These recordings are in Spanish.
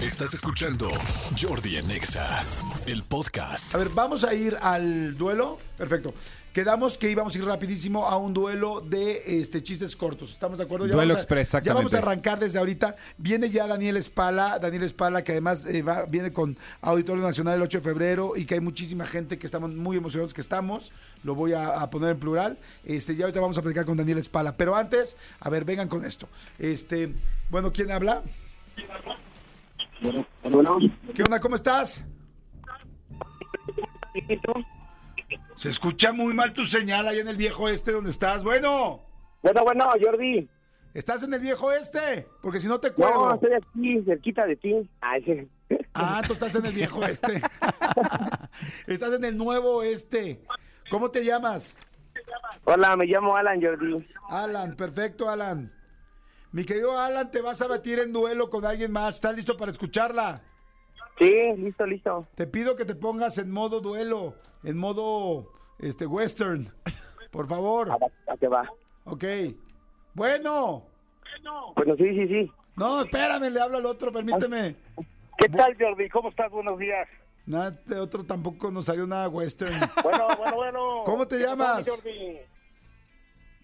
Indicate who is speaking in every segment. Speaker 1: Estás escuchando Jordi en Exa, el podcast.
Speaker 2: A ver, vamos a ir al duelo. Perfecto. Quedamos que íbamos a ir rapidísimo a un duelo de este, chistes cortos. ¿Estamos de acuerdo?
Speaker 3: Duelo
Speaker 2: vamos a-
Speaker 3: express,
Speaker 2: Ya vamos
Speaker 3: exactamente.
Speaker 2: a arrancar desde ahorita. Viene ya Daniel Espala, Daniel Espala, que además eh, va- viene con Auditorio Nacional el 8 de febrero y que hay muchísima gente que estamos muy emocionados que estamos. Lo voy a, a poner en plural. Este, ya ahorita vamos a platicar con Daniel Espala. Pero antes, a ver, vengan con esto. Este, bueno, ¿quién habla?
Speaker 4: Bueno, bueno,
Speaker 2: ¿Qué onda? ¿Cómo estás? Se escucha muy mal tu señal ahí en el viejo este donde estás. Bueno,
Speaker 4: bueno, bueno, Jordi.
Speaker 2: ¿estás en el viejo este? Porque si no te cuelgo.
Speaker 4: No, estoy aquí, cerquita de ti. Ay, sí.
Speaker 2: Ah, tú estás en el viejo este. estás en el nuevo este. ¿Cómo te llamas?
Speaker 4: Hola, me llamo Alan, Jordi.
Speaker 2: Alan, perfecto, Alan. Mi querido Alan, te vas a batir en duelo con alguien más. ¿Estás listo para escucharla?
Speaker 4: Sí, listo, listo.
Speaker 2: Te pido que te pongas en modo duelo, en modo este western. Por favor.
Speaker 4: A, a que Ah, va.
Speaker 2: Ok. Bueno.
Speaker 4: Bueno, sí, sí, sí.
Speaker 2: No, espérame, le hablo al otro, permíteme.
Speaker 4: ¿Qué tal, Jordi? ¿Cómo estás? Buenos días.
Speaker 2: Nada, este otro tampoco nos salió nada western.
Speaker 4: Bueno, bueno, bueno.
Speaker 2: ¿Cómo te
Speaker 4: ¿Qué tal,
Speaker 2: llamas?
Speaker 4: Jordi?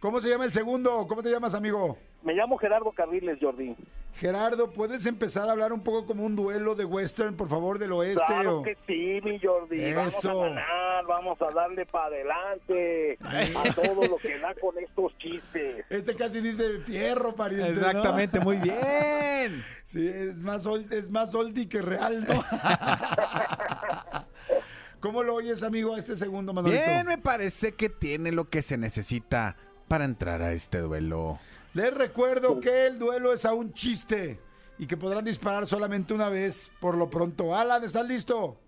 Speaker 2: ¿Cómo se llama el segundo? ¿Cómo te llamas, amigo?
Speaker 4: Me llamo Gerardo Carriles, Jordi.
Speaker 2: Gerardo, ¿puedes empezar a hablar un poco como un duelo de western, por favor, del oeste?
Speaker 4: Claro
Speaker 2: o-
Speaker 4: que sí, mi Jordi. Vamos
Speaker 2: Este, oh. Eso.
Speaker 4: a ganar, vamos a darle para adelante a todo lo que da con estos chistes.
Speaker 2: Este casi dice fierro, pariente. ¿no?
Speaker 3: Exactamente, muy bien.
Speaker 2: Sí, es más, old, es más oldie que real, ¿no? ¿Cómo lo oyes, amigo, a este segundo, Manolito?
Speaker 3: Bien, me parece que tiene lo que se necesita para entrar a este duelo.
Speaker 2: Les recuerdo que el duelo es a un chiste y que podrán disparar solamente una vez por lo pronto. Alan, ¿estás listo?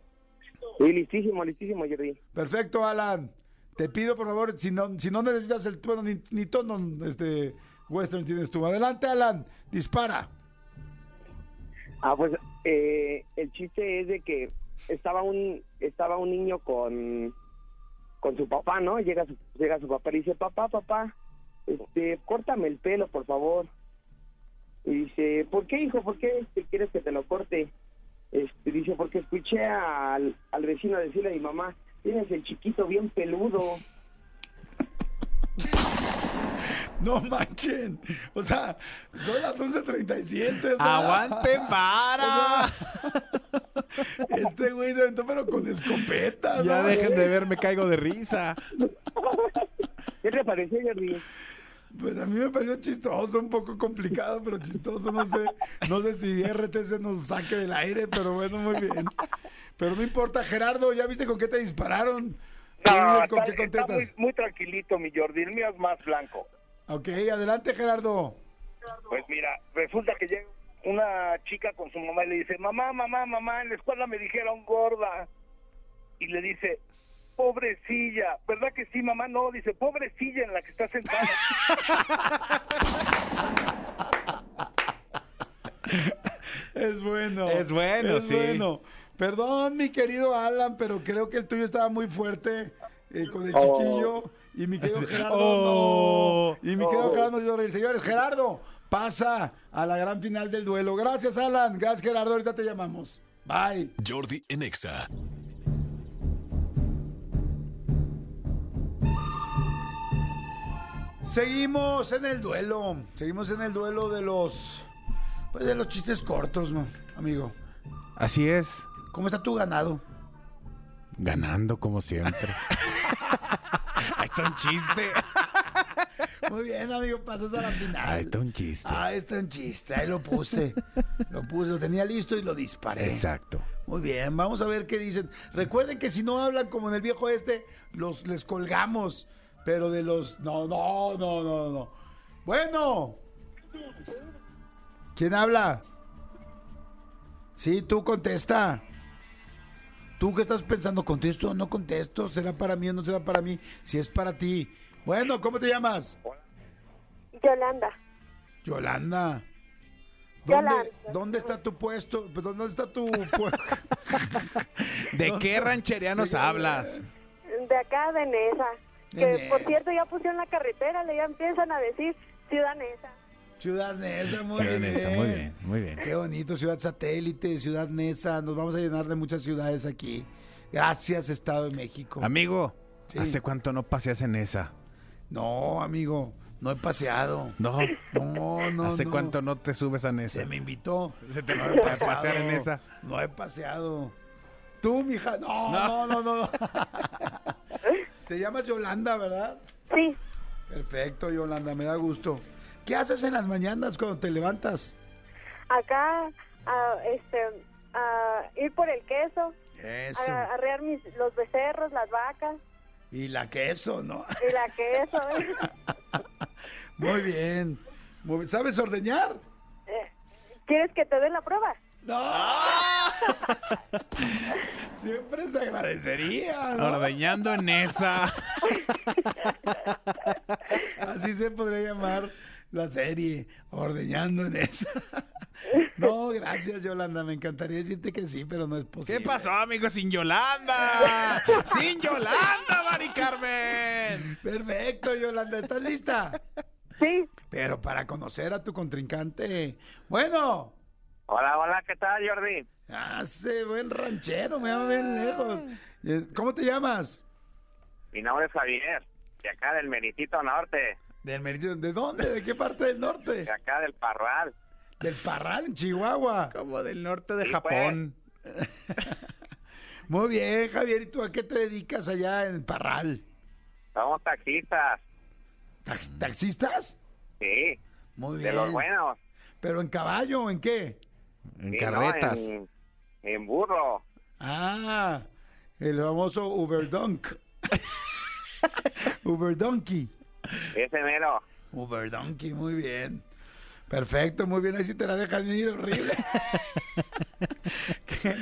Speaker 4: Sí, listísimo, listísimo, Jordi.
Speaker 2: Perfecto, Alan. Te pido, por favor, si no, si no necesitas el tono, ni, ni tono este, western tienes tú. Adelante, Alan, dispara.
Speaker 4: Ah, pues eh, el chiste es de que estaba un estaba un niño con con su papá, ¿no? Llega su, llega su papá y le dice, papá, papá, este, córtame el pelo, por favor. Y dice, ¿por qué, hijo? ¿Por qué este, quieres que te lo corte? Este, dice, porque escuché al, al vecino decirle a mi mamá, tienes el chiquito bien peludo.
Speaker 2: No manchen. O sea, son las 11.37. o sea,
Speaker 3: ¡Aguanten para!
Speaker 2: Este güey se aventó, pero con escopeta.
Speaker 3: ya
Speaker 2: ¿no?
Speaker 3: dejen de ver, me caigo de risa.
Speaker 4: ¿Qué te pareció, Jordi?
Speaker 2: Pues a mí me pareció chistoso, un poco complicado, pero chistoso, no sé, no sé si RTC nos saque del aire, pero bueno, muy bien. Pero no importa, Gerardo, ya viste con qué te dispararon. Tú dices con qué contestas.
Speaker 4: muy tranquilito, mi Jordi. El mío es más blanco.
Speaker 2: Ok, adelante, Gerardo.
Speaker 4: Pues mira, resulta que llega una chica con su mamá y le dice, mamá, mamá, mamá, en la escuela me dijeron gorda. Y le dice, pobrecilla, ¿verdad que sí, mamá? No, dice, pobrecilla en la que está sentada.
Speaker 2: Es bueno.
Speaker 3: Es bueno, sí.
Speaker 2: bueno. Perdón, mi querido Alan, pero creo que el tuyo estaba muy fuerte eh, con el
Speaker 4: Oh.
Speaker 2: chiquillo. Y mi querido Gerardo,
Speaker 3: Oh.
Speaker 2: no. Y mi querido Gerardo no dio reír. Señores, Gerardo, pasa a la gran final del duelo. Gracias, Alan. Gracias, Gerardo. Ahorita te llamamos. Bye.
Speaker 1: Jordi en Exa.
Speaker 2: Seguimos en el duelo. Seguimos en el duelo de los. Pues de los chistes cortos, ¿no? amigo.
Speaker 3: Así es,
Speaker 2: ¿Cómo está tu ganado?
Speaker 3: ganando como siempre. Ahí está un chiste.
Speaker 2: Muy bien, amigo, pasas a la final.
Speaker 3: Ahí está un chiste.
Speaker 2: Ah, este es un chiste, ahí lo puse. lo puse, lo tenía listo y lo disparé.
Speaker 3: Exacto.
Speaker 2: Muy bien, vamos a ver qué dicen. Recuerden que si no hablan como en el viejo este, los les colgamos. Pero de los. No, no, no, no, no. Bueno. ¿Quién habla? Sí, tú contesta. Tú que estás pensando, ¿contesto o no contesto? ¿Será para mí o no será para mí? Si es para ti. Bueno, ¿cómo te llamas?
Speaker 5: Yolanda,
Speaker 2: Yolanda. ¿Dónde,
Speaker 5: Yolanda.
Speaker 2: ¿Dónde está tu puesto? Perdón, ¿Dónde está tu puesto?
Speaker 3: ¿De qué rancherianos hablas?
Speaker 5: de acá de Nesa. Que
Speaker 2: De Nesa.
Speaker 5: por cierto ya pusieron la carretera, le ya empiezan a decir ciudanesa.
Speaker 2: Ciudad Nesa, muy
Speaker 3: Ciudad
Speaker 2: bien.
Speaker 3: Neza, muy bien, muy bien.
Speaker 2: Qué bonito, Ciudad Satélite, Ciudad Nesa. Nos vamos a llenar de muchas ciudades aquí. Gracias, Estado de México.
Speaker 3: Amigo,
Speaker 2: Sí.
Speaker 3: ¿hace cuánto no paseas en esa?
Speaker 2: No, amigo, no he paseado.
Speaker 3: No.
Speaker 2: No, no,
Speaker 3: ¿Hace
Speaker 2: no.
Speaker 3: cuánto no te subes a esa?
Speaker 2: Se me invitó.
Speaker 3: Se te-
Speaker 2: he
Speaker 3: para pasear en esa.
Speaker 2: No he paseado. Tú, mija. No, no, no, no. no. Te llamas Yolanda, ¿verdad?
Speaker 5: Sí,
Speaker 2: Perfecto, Yolanda, me da gusto. ¿Qué haces en las mañanas cuando te levantas?
Speaker 5: acá, a, este, a ir por el queso,
Speaker 2: Eso.
Speaker 5: a,
Speaker 3: Ah.
Speaker 5: arrear mis, los becerros, las vacas
Speaker 2: Y la queso, ¿no?
Speaker 5: y la queso.
Speaker 2: Muy bien. Muy bien. ¿Sabes ordeñar?
Speaker 5: Eh, ¿Quieres que te dé la prueba?
Speaker 2: No. Siempre se agradecería. ¿no?
Speaker 3: Ordeñando en esa.
Speaker 2: Así se podría llamar la serie, ordeñando en esa. No, gracias Yolanda, me encantaría decirte que sí, pero no es
Speaker 3: ¿Qué
Speaker 2: posible.
Speaker 3: pasó, amigo? Sin Yolanda. Sin Yolanda, Mari Carmen.
Speaker 2: Perfecto, Yolanda, ¿estás lista?
Speaker 5: Sí,
Speaker 2: Pero para conocer a tu contrincante. Bueno,
Speaker 4: Hola, hola, ¿qué tal, Jordi?
Speaker 2: hace Ah, buen ranchero, me
Speaker 4: Ah.
Speaker 2: va bien lejos. Eh, ¿Cómo te llamas?
Speaker 4: Mi nombre es Javier, de acá del Meritito Norte,
Speaker 2: Del Merito- ¿De dónde? ¿De qué parte del norte?
Speaker 4: de acá del Parral.
Speaker 2: Del Parral, en Chihuahua.
Speaker 3: Como del norte de
Speaker 4: Sí,
Speaker 3: Japón.
Speaker 2: pues. Muy bien, Javier, ¿y tú a qué te dedicas allá en Parral?
Speaker 4: Somos taxistas,
Speaker 2: ¿Tax- ¿Taxistas?
Speaker 4: sí,
Speaker 2: Muy bien.
Speaker 4: de los buenos.
Speaker 2: ¿Pero en caballo o en qué?
Speaker 3: En
Speaker 4: sí, ¿no?
Speaker 3: carretas.
Speaker 4: En, en burro.
Speaker 2: Ah, el famoso Uberdunk. Uberdonkey.
Speaker 4: Ese mero.
Speaker 2: Uberdonkey, muy bien. Perfecto, muy bien. Ahí sí te la dejan ir horrible. ¿Qué,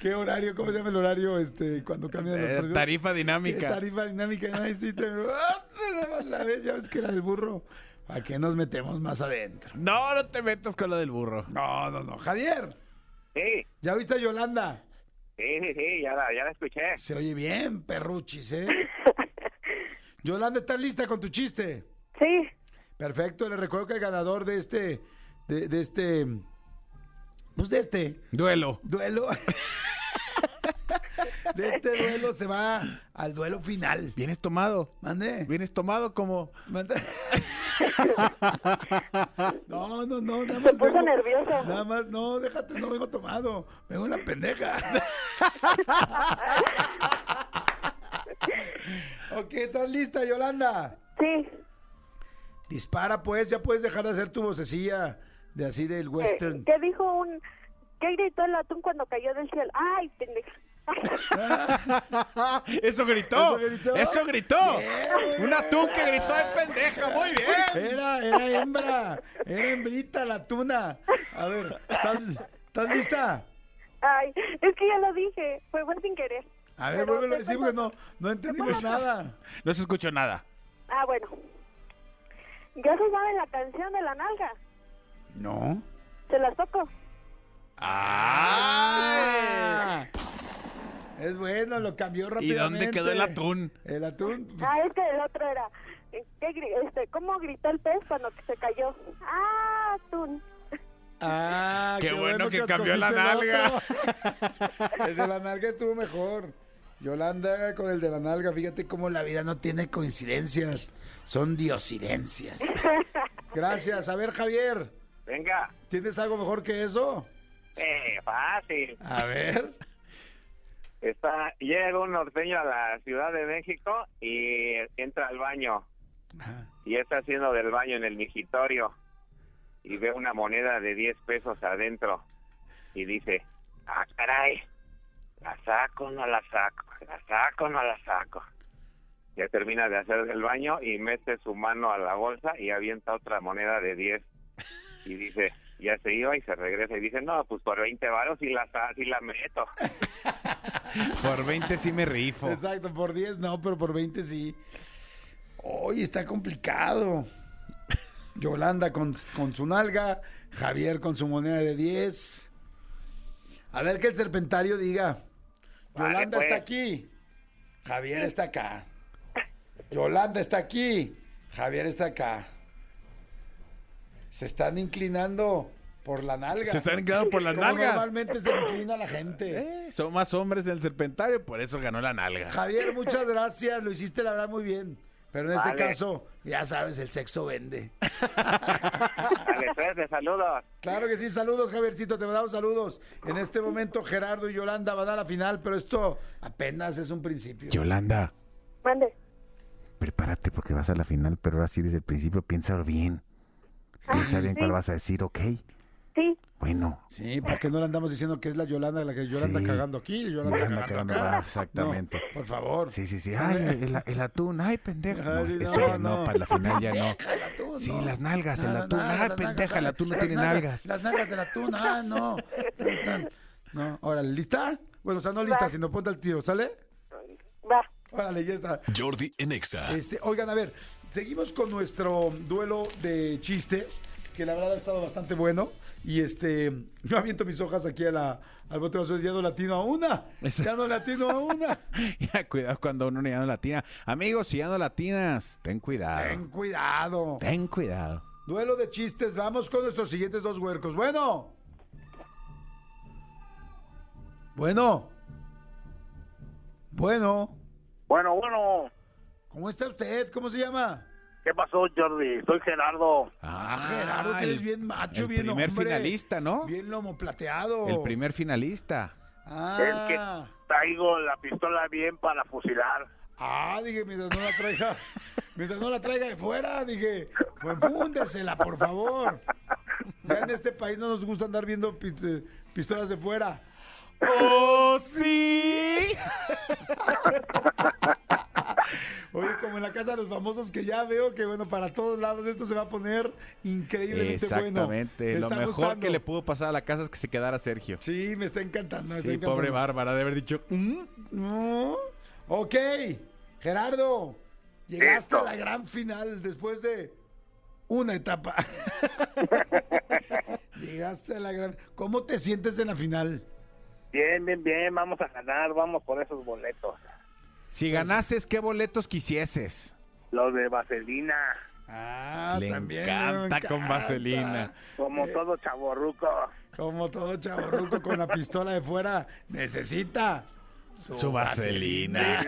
Speaker 2: qué horario? ¿Cómo se llama el horario este, cuando cambian los
Speaker 3: Eh,
Speaker 2: precios?
Speaker 3: tarifa
Speaker 2: ¿Qué
Speaker 3: dinámica.
Speaker 2: Tarifa dinámica. Ahí sí te... ¡Ah! Nada más La vez, ya ves que la del burro. ¿Para qué nos metemos más adentro?
Speaker 3: No, no te metas con lo del burro.
Speaker 2: No, no, no. Javier,
Speaker 4: Sí,
Speaker 2: ¿ya viste a Yolanda?
Speaker 4: sí, sí, sí, ya la, ya la escuché.
Speaker 2: Se oye bien, perruchis, ¿eh? Yolanda, ¿estás lista con tu chiste?
Speaker 5: sí,
Speaker 2: Perfecto, le recuerdo que el ganador de este, de, de este, pues de este
Speaker 3: Duelo.
Speaker 2: duelo, de este duelo se va al duelo final.
Speaker 3: ¿Vienes tomado?
Speaker 2: Mande.
Speaker 3: ¿Vienes tomado como?
Speaker 2: Manda- No, no, no, nada más.
Speaker 5: puso nervioso.
Speaker 2: Nada más, no, déjate, no vengo tomado. Vengo en la pendeja. ok, ¿estás lista, Yolanda?
Speaker 5: sí. Eh,
Speaker 2: Dispara, pues, ya puedes dejar de hacer tu vocecilla de así del
Speaker 5: Eh,
Speaker 2: western.
Speaker 5: ¿Qué dijo un... ¿Qué gritó el atún cuando cayó del cielo? ¡Ay, pendeja!
Speaker 3: ah, ¡Eso gritó!
Speaker 2: ¿Eso gritó?
Speaker 3: ¡Eso gritó!
Speaker 2: Bien.
Speaker 3: Un atún que gritó de pendeja, muy bien.
Speaker 2: Era, era hembra, era hembrita la tuna. A ver, ¿estás, estás lista?
Speaker 5: ¡Ay! Es que ya lo dije, fue buen sin querer.
Speaker 2: A ver,
Speaker 5: Pero
Speaker 2: vuélvelo a
Speaker 5: estoy
Speaker 2: decir porque no,
Speaker 5: pensando-
Speaker 2: no entendimos nada.
Speaker 3: No se escuchó nada.
Speaker 5: Ah, bueno. Ya se sabe la canción de la nalga.
Speaker 2: No.
Speaker 5: Se las toco.
Speaker 2: Ah.
Speaker 3: ¡Ay!
Speaker 2: Es bueno, lo cambió
Speaker 3: ¿Y
Speaker 2: rápidamente.
Speaker 3: dónde quedó el atún?
Speaker 2: El atún. pues,
Speaker 5: Ah, es que el otro era. eh, ¿qué gri- este, ¿Cómo gritó el pez cuando se cayó? ¡Ah, atún!
Speaker 2: Ah,
Speaker 3: Qué bueno que cambió
Speaker 2: escogiste
Speaker 3: la
Speaker 2: el
Speaker 3: nalga.
Speaker 2: otro. el de la nalga estuvo mejor. Yolanda con el de la nalga, fíjate cómo la vida no tiene coincidencias, son diosidencias. Gracias. A ver, Javier,
Speaker 4: Venga.
Speaker 2: ¿tienes algo mejor que eso?
Speaker 4: Eh, fácil.
Speaker 2: A ver.
Speaker 4: Está, llega un norteño a la Ciudad de México y entra al baño. Y está haciendo del baño en el migitorio. Y ve una moneda de 10 pesos adentro. Y dice, ah, caray, la saco o no la saco, la saco o no la saco. Ya termina de hacer del baño y mete su mano a la bolsa y avienta otra moneda de 10. Y dice, ya se iba y se regresa. Y dice, no, pues por 20 varos y la, sa- sí la meto.
Speaker 3: Por 20 sí me rifo.
Speaker 2: Exacto, por 10 no, pero por 20 sí. Hoy está complicado. Yolanda con, con su nalga, Javier con su moneda de 10. A ver que el serpentario diga.
Speaker 4: Vale,
Speaker 2: Yolanda
Speaker 4: pues.
Speaker 2: está aquí. Javier está acá. Yolanda está aquí. Javier está acá. se están inclinando por la nalga.
Speaker 3: Se están quedando por las
Speaker 2: Como
Speaker 3: nalgas.
Speaker 2: Normalmente se inclina la gente.
Speaker 3: Eh, son más hombres del serpentario, por eso ganó la nalga.
Speaker 2: Javier, muchas gracias. Lo hiciste la verdad muy bien. Pero en este
Speaker 4: Vale.
Speaker 2: caso, ya sabes, el sexo vende.
Speaker 4: Dale, pues, de saludos.
Speaker 2: Claro que sí, saludos, Javiercito, te mandamos saludos. En este momento, Gerardo y Yolanda van a la final, pero esto apenas es un principio.
Speaker 3: Yolanda,
Speaker 5: Mande.
Speaker 3: prepárate porque vas a la final, pero ahora sí desde el principio piénsalo bien. Piensa
Speaker 5: Ah,
Speaker 3: bien
Speaker 5: sí.
Speaker 3: cuál vas a decir, ok.
Speaker 5: Sí,
Speaker 3: Bueno,
Speaker 2: Sí, ¿para qué no le andamos diciendo que es la Yolanda la que Yolanda
Speaker 3: Sí.
Speaker 2: cagando aquí? y Yolanda
Speaker 3: Yolanda
Speaker 2: cagando,
Speaker 3: cagando
Speaker 2: acá?
Speaker 3: acá, exactamente.
Speaker 2: No, por favor.
Speaker 3: sí, sí, sí. Ay, eh, el, el atún, ay, pendeja. No,
Speaker 2: Ay,
Speaker 3: eso
Speaker 2: no,
Speaker 3: ya no,
Speaker 2: no.
Speaker 3: para la final ya no.
Speaker 2: Déjala tú,
Speaker 3: Sí,
Speaker 2: no.
Speaker 3: las nalgas,
Speaker 2: No,
Speaker 3: el
Speaker 2: no,
Speaker 3: atún.
Speaker 2: no,
Speaker 3: ah,
Speaker 2: las
Speaker 3: pendeja,
Speaker 2: nalgas,
Speaker 3: el atún no
Speaker 2: las
Speaker 3: tiene nalgas.
Speaker 2: Las nalgas del atún, ah, no. No, órale, ¿lista? Bueno, o sea, no lista,
Speaker 5: Va.
Speaker 2: sino ponte al tiro, ¿sale?
Speaker 5: va.
Speaker 2: Órale, ya está.
Speaker 1: Jordi en Exa.
Speaker 2: Este, oigan, a ver, seguimos con nuestro duelo de chistes, que la verdad ha estado bastante bueno. Y este, yo aviento mis hojas aquí a la, al bote de basura, ya no latino a una. Ya no latino a una.
Speaker 3: Ya, cuidado cuando uno ya no latina. Amigos, si ya no latinas, ten cuidado.
Speaker 2: Ten cuidado.
Speaker 3: Ten cuidado.
Speaker 2: Duelo de chistes, vamos con nuestros siguientes dos huercos. Bueno. Bueno. Bueno.
Speaker 6: Bueno, bueno,
Speaker 2: ¿Cómo está usted? ¿Cómo se llama?
Speaker 6: ¿qué pasó, Jordi? Soy Gerardo.
Speaker 3: Ah,
Speaker 2: Gerardo, que
Speaker 3: el-
Speaker 2: eres bien macho,
Speaker 3: el
Speaker 2: bien
Speaker 3: primer
Speaker 2: hombre.
Speaker 3: finalista, ¿no?
Speaker 2: Bien lomo plateado.
Speaker 3: El primer finalista.
Speaker 2: Ah,
Speaker 6: Traigo la pistola bien para fusilar.
Speaker 2: ah, dije, mientras no la traiga, mientras no la traiga de fuera, dije, pues fúndesela, por favor. Ya en este país no nos gusta andar viendo pist- eh, pistolas de fuera.
Speaker 3: ¡Oh, sí!
Speaker 2: Oye, como en la casa de los famosos que ya veo que bueno, para todos lados esto se va a poner increíblemente bueno.
Speaker 3: Exactamente.
Speaker 2: Me
Speaker 3: Lo
Speaker 2: está
Speaker 3: mejor que
Speaker 2: gustando.
Speaker 3: le pudo pasar a la casa es que se quedara Sergio.
Speaker 2: Sí, me está encantando, me está
Speaker 3: Sí,
Speaker 2: encantando.
Speaker 3: pobre Bárbara de haber dicho. "Mm".
Speaker 2: No. Ok, Gerardo, llegaste
Speaker 6: Listo.
Speaker 2: a la gran final después de una etapa. llegaste a la gran. ¿Cómo te sientes en la final?
Speaker 6: Bien, bien, bien, vamos a ganar, vamos por esos boletos.
Speaker 2: Pues,
Speaker 3: Si ganases, ¿qué boletos quisieses?
Speaker 6: Los de vaselina,
Speaker 2: Ah,
Speaker 3: Le
Speaker 2: también.
Speaker 3: encanta
Speaker 2: me
Speaker 3: con vaselina.
Speaker 6: como todo chaborruco.
Speaker 2: Como todo chavorruco con la pistola de fuera, necesita
Speaker 3: Su vaselina.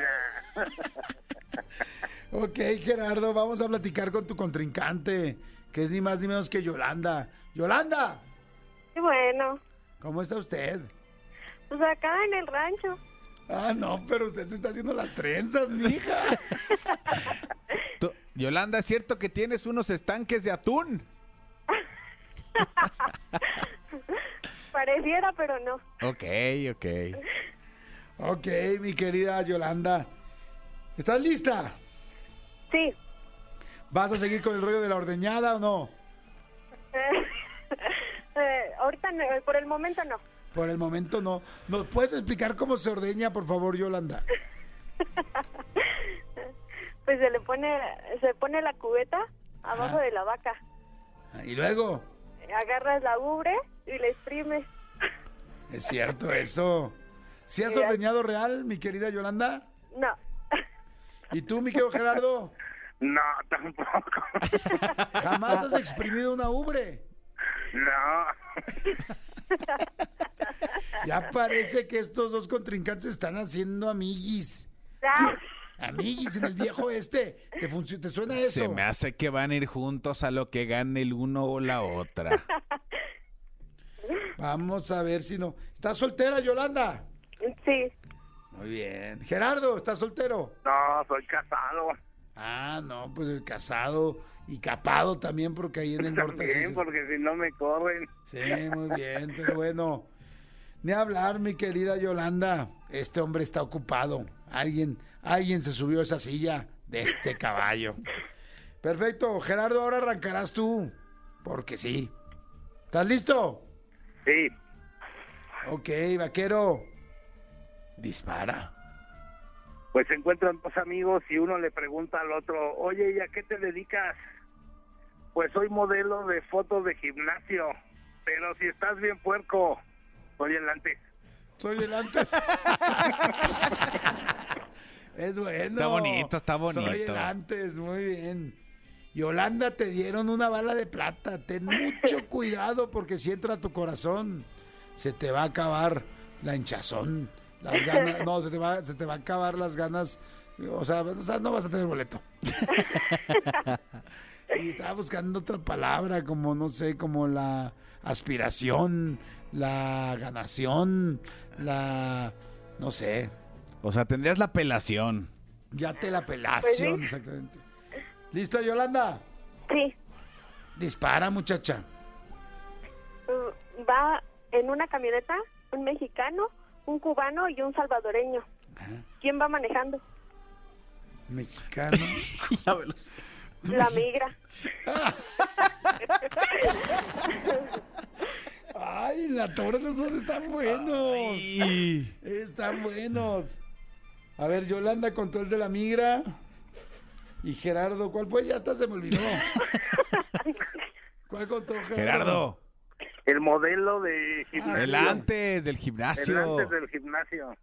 Speaker 2: Ok, Gerardo, vamos a platicar con tu contrincante, que es ni más ni menos que Yolanda. Yolanda,
Speaker 5: Qué bueno.
Speaker 2: ¿cómo está usted?
Speaker 5: Pues acá en el rancho.
Speaker 2: Ah, no, pero usted se está haciendo las trenzas, mija.
Speaker 3: Tú- Yolanda, ¿es cierto que tienes unos estanques de atún?
Speaker 5: Pareciera, pero no.
Speaker 3: Ok, ok.
Speaker 2: Ok, mi querida Yolanda. ¿Estás lista?
Speaker 5: Sí.
Speaker 2: ¿Vas a seguir con el rollo de la ordeñada o no?
Speaker 5: Eh, ahorita, no, eh, por el momento no.
Speaker 2: Por el momento no. ¿Nos puedes explicar cómo se ordeña, por favor, Yolanda?
Speaker 5: Pues se le pone, se pone la cubeta abajo
Speaker 2: Ajá.
Speaker 5: de la vaca.
Speaker 2: Y luego,
Speaker 5: Agarras la ubre y la exprimes.
Speaker 2: es cierto eso. ¿Si has
Speaker 5: Sí, ya.
Speaker 2: ordeñado real, mi querida Yolanda?
Speaker 5: No.
Speaker 2: ¿Y tú, mi querido Gerardo?
Speaker 6: No, tampoco.
Speaker 2: ¿Jamás has exprimido una ubre?
Speaker 6: No.
Speaker 2: Ya parece que estos dos contrincantes se están haciendo amiguis.
Speaker 5: Ah,
Speaker 2: Amiguis en el viejo este. ¿Te, func- te suena eso?
Speaker 3: Se me hace que van a ir juntos a lo que gane el uno o la otra.
Speaker 2: Vamos a ver si no. ¿Estás soltera, Yolanda?
Speaker 5: Sí.
Speaker 2: Muy bien. Gerardo, ¿estás soltero?
Speaker 6: No, soy casado.
Speaker 2: Ah, no, pues casado y capado también, porque ahí en el norte sí.
Speaker 6: También,
Speaker 2: se-
Speaker 6: porque si no me corren.
Speaker 2: Sí, muy bien, pero bueno. Ni hablar, mi querida Yolanda. Este hombre está ocupado. Alguien, alguien se subió a esa silla de este caballo. Perfecto, Gerardo, ahora arrancarás tú. Porque sí. ¿Estás listo?
Speaker 6: Sí,
Speaker 2: Ok, vaquero. Dispara.
Speaker 6: pues se encuentran dos amigos y uno le pregunta al otro, oye, ¿y a qué te dedicas? Pues soy modelo de fotos de gimnasio, pero si estás bien puerco, soy el antes.
Speaker 2: Soy el antes. es bueno.
Speaker 3: Está bonito, está
Speaker 2: Soy el
Speaker 3: bonito.
Speaker 2: antes, muy bien. Yolanda, te dieron una bala de plata. Ten mucho cuidado porque si entra a tu corazón, se te va a acabar la hinchazón. Las ganas, no, se te, va, se te va a acabar las ganas. O sea, o sea, no vas a tener boleto. y estaba buscando otra palabra, como no sé, como la aspiración, la ganación, la. No sé.
Speaker 3: O sea, tendrías la apelación.
Speaker 2: Ya te la pelación,
Speaker 5: Pues sí.
Speaker 2: exactamente. ¿Listo, Yolanda?
Speaker 5: Sí.
Speaker 2: Dispara, muchacha.
Speaker 5: Mm, Va en una camioneta un mexicano, un cubano y un salvadoreño. ¿Quién va manejando?
Speaker 2: Mexicano.
Speaker 5: La migra.
Speaker 2: Ay, la torre los dos están buenos. Están buenos. A ver, Yolanda contó el de la migra. Y Gerardo, ¿cuál fue? Ya hasta se me olvidó. ¿Cuál contó Gerardo?
Speaker 3: Gerardo,
Speaker 6: El modelo de gimnasio.
Speaker 3: el antes del
Speaker 6: El
Speaker 3: gimnasio.
Speaker 6: antes del gimnasio.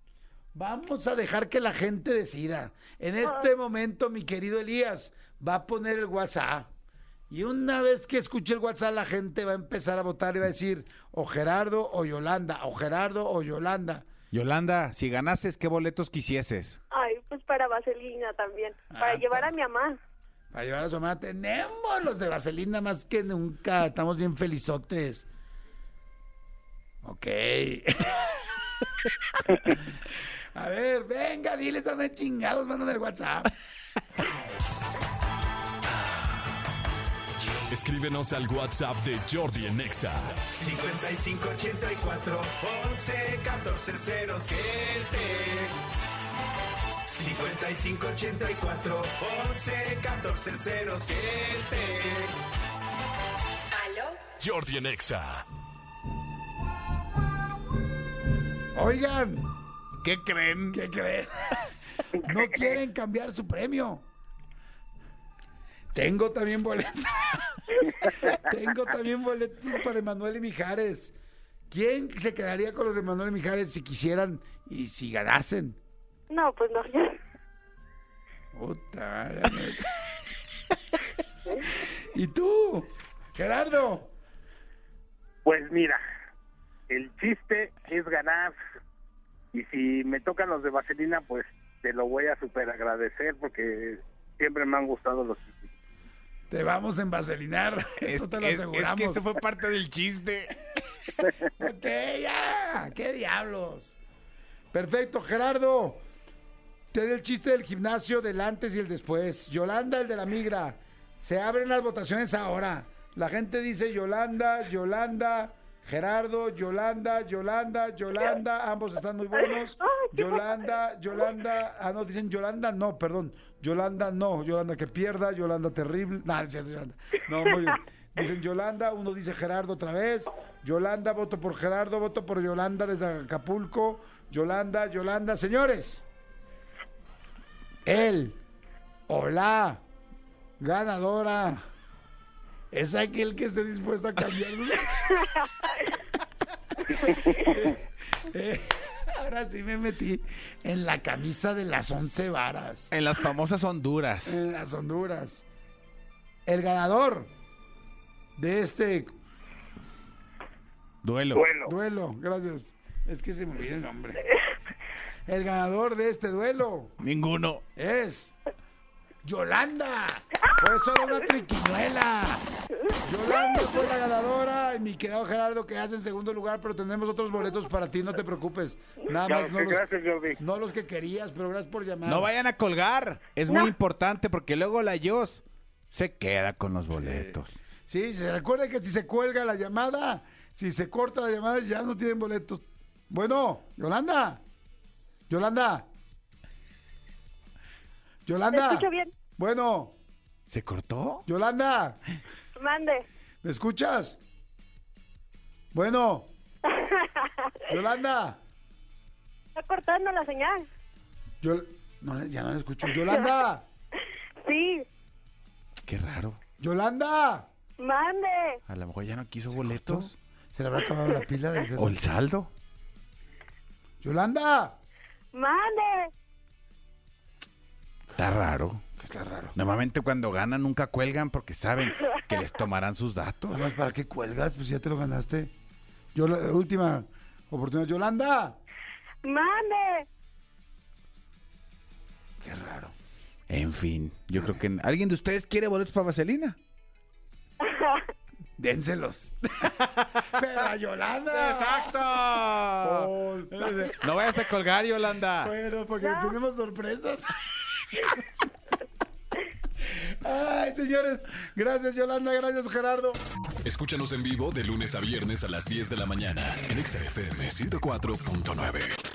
Speaker 2: Vamos a dejar que la gente decida. En este momento, mi querido Elías, va a poner el WhatsApp. Y una vez que escuche el WhatsApp, la gente va a empezar a votar y va a decir o Gerardo o Yolanda, o Gerardo o Yolanda.
Speaker 3: Yolanda, si ganases, ¿qué boletos quisieses?
Speaker 5: Ay, pues para vaselina también. para
Speaker 2: Ah,
Speaker 5: llevar
Speaker 2: pa-
Speaker 5: a mi mamá.
Speaker 2: Para llevar a su mamá, tenemos los de Vaselina más que nunca. Estamos bien felizotes. Ok. a ver, venga, diles a chingados, mano del WhatsApp.
Speaker 1: Escríbenos al WhatsApp de Jordi en Exa.
Speaker 7: 5584 11 14 07 5584 11 14 07
Speaker 1: Jordi en Exa.
Speaker 2: Oigan,
Speaker 3: ¿Qué creen?
Speaker 2: ¿qué creen? No quieren cambiar su premio. Tengo también boletos. Tengo también boletos para Emanuel y Mijares. ¿Quién se quedaría con los de Emanuel y Mijares si quisieran y si ganasen?
Speaker 5: No, pues no.
Speaker 2: Puta. ya no- ¿Y tú, Gerardo?
Speaker 6: Pues mira, el chiste es ganar. Y si me tocan los de Vaselina, pues te lo voy a super agradecer porque siempre me han gustado los
Speaker 2: Te vamos a envaselinar, eso te lo
Speaker 3: Es- es-
Speaker 2: aseguramos.
Speaker 3: Es, que eso fue parte del chiste.
Speaker 2: Ok, ya, qué diablos. Perfecto, Gerardo. Te doy el chiste del gimnasio del antes y el después. Yolanda, el de la migra. Se abren las votaciones ahora. La gente dice Yolanda, Yolanda, Gerardo, Yolanda, Yolanda, Yolanda. Ambos están muy buenos.
Speaker 5: Ay, qué
Speaker 2: Yolanda, Yolanda. Ah, no, dicen Yolanda, no, perdón. Yolanda, no. Yolanda que pierda, Yolanda terrible. No, no es cierto, Yolanda. No, muy bien. Dicen Yolanda, uno dice Gerardo otra vez. Yolanda, voto por Gerardo, voto por Yolanda desde Acapulco. Yolanda, Yolanda, señores. Él, hola, ganadora. Es aquel que esté dispuesto a cambiar. Eh, eh, ahora sí me metí en la camisa de las once varas
Speaker 3: En las famosas Honduras.
Speaker 2: en las Honduras. El ganador de este
Speaker 3: Duelo.
Speaker 6: duelo.
Speaker 2: duelo, gracias. Es que se me olvida el nombre. El ganador de este duelo
Speaker 3: Ninguno.
Speaker 2: es Yolanda. Fue solo una triquiñuela. Yolanda fue la ganadora y mi querido Gerardo que hace en segundo lugar, pero tenemos otros boletos para ti, no te preocupes. Nada más no los,
Speaker 6: Gracias, Jordi.
Speaker 2: no los que querías, pero gracias por llamar.
Speaker 3: No vayan a colgar. Es
Speaker 5: No.
Speaker 3: muy importante porque luego la Yos se queda con los boletos.
Speaker 2: Sí, se recuerda que si se cuelga la llamada, si se corta la llamada, ya no tienen boletos. Bueno, Yolanda. Yolanda. Yolanda.
Speaker 5: ¿Me escucho bien?
Speaker 2: Bueno,
Speaker 3: ¿Se cortó?
Speaker 2: Yolanda,
Speaker 5: Mande.
Speaker 2: ¿me escuchas? Bueno. Yolanda.
Speaker 5: Está cortando la señal.
Speaker 2: Yo, no, ya no la escucho. Yolanda.
Speaker 5: Sí.
Speaker 3: Qué raro.
Speaker 2: Yolanda.
Speaker 5: Mande.
Speaker 3: A lo mejor ya no quiso boletos.
Speaker 2: Se le habrá acabado la pila del
Speaker 3: ¿O
Speaker 2: celular.
Speaker 3: el saldo?
Speaker 2: Yolanda.
Speaker 5: Mande.
Speaker 3: Está raro.
Speaker 2: Está raro.
Speaker 3: Normalmente cuando ganan nunca cuelgan porque saben que les tomarán sus datos.
Speaker 2: Además, ¿para qué cuelgas? Pues ya te lo ganaste. Yo, la última oportunidad. Yolanda.
Speaker 5: ¡Mande!
Speaker 2: Qué raro.
Speaker 3: En fin, yo creo que alguien de ustedes quiere boletos para Vaselina.
Speaker 2: Dénselos. Pero a Yolanda.
Speaker 3: Exacto.
Speaker 2: Oh,
Speaker 3: No vayas a colgar, Yolanda.
Speaker 2: Bueno, porque tenemos sorpresas. Ay, señores. Gracias, Yolanda. Gracias, Gerardo.
Speaker 1: Escúchanos en vivo de lunes a viernes a las 10 de la mañana en Exa FM 104.9.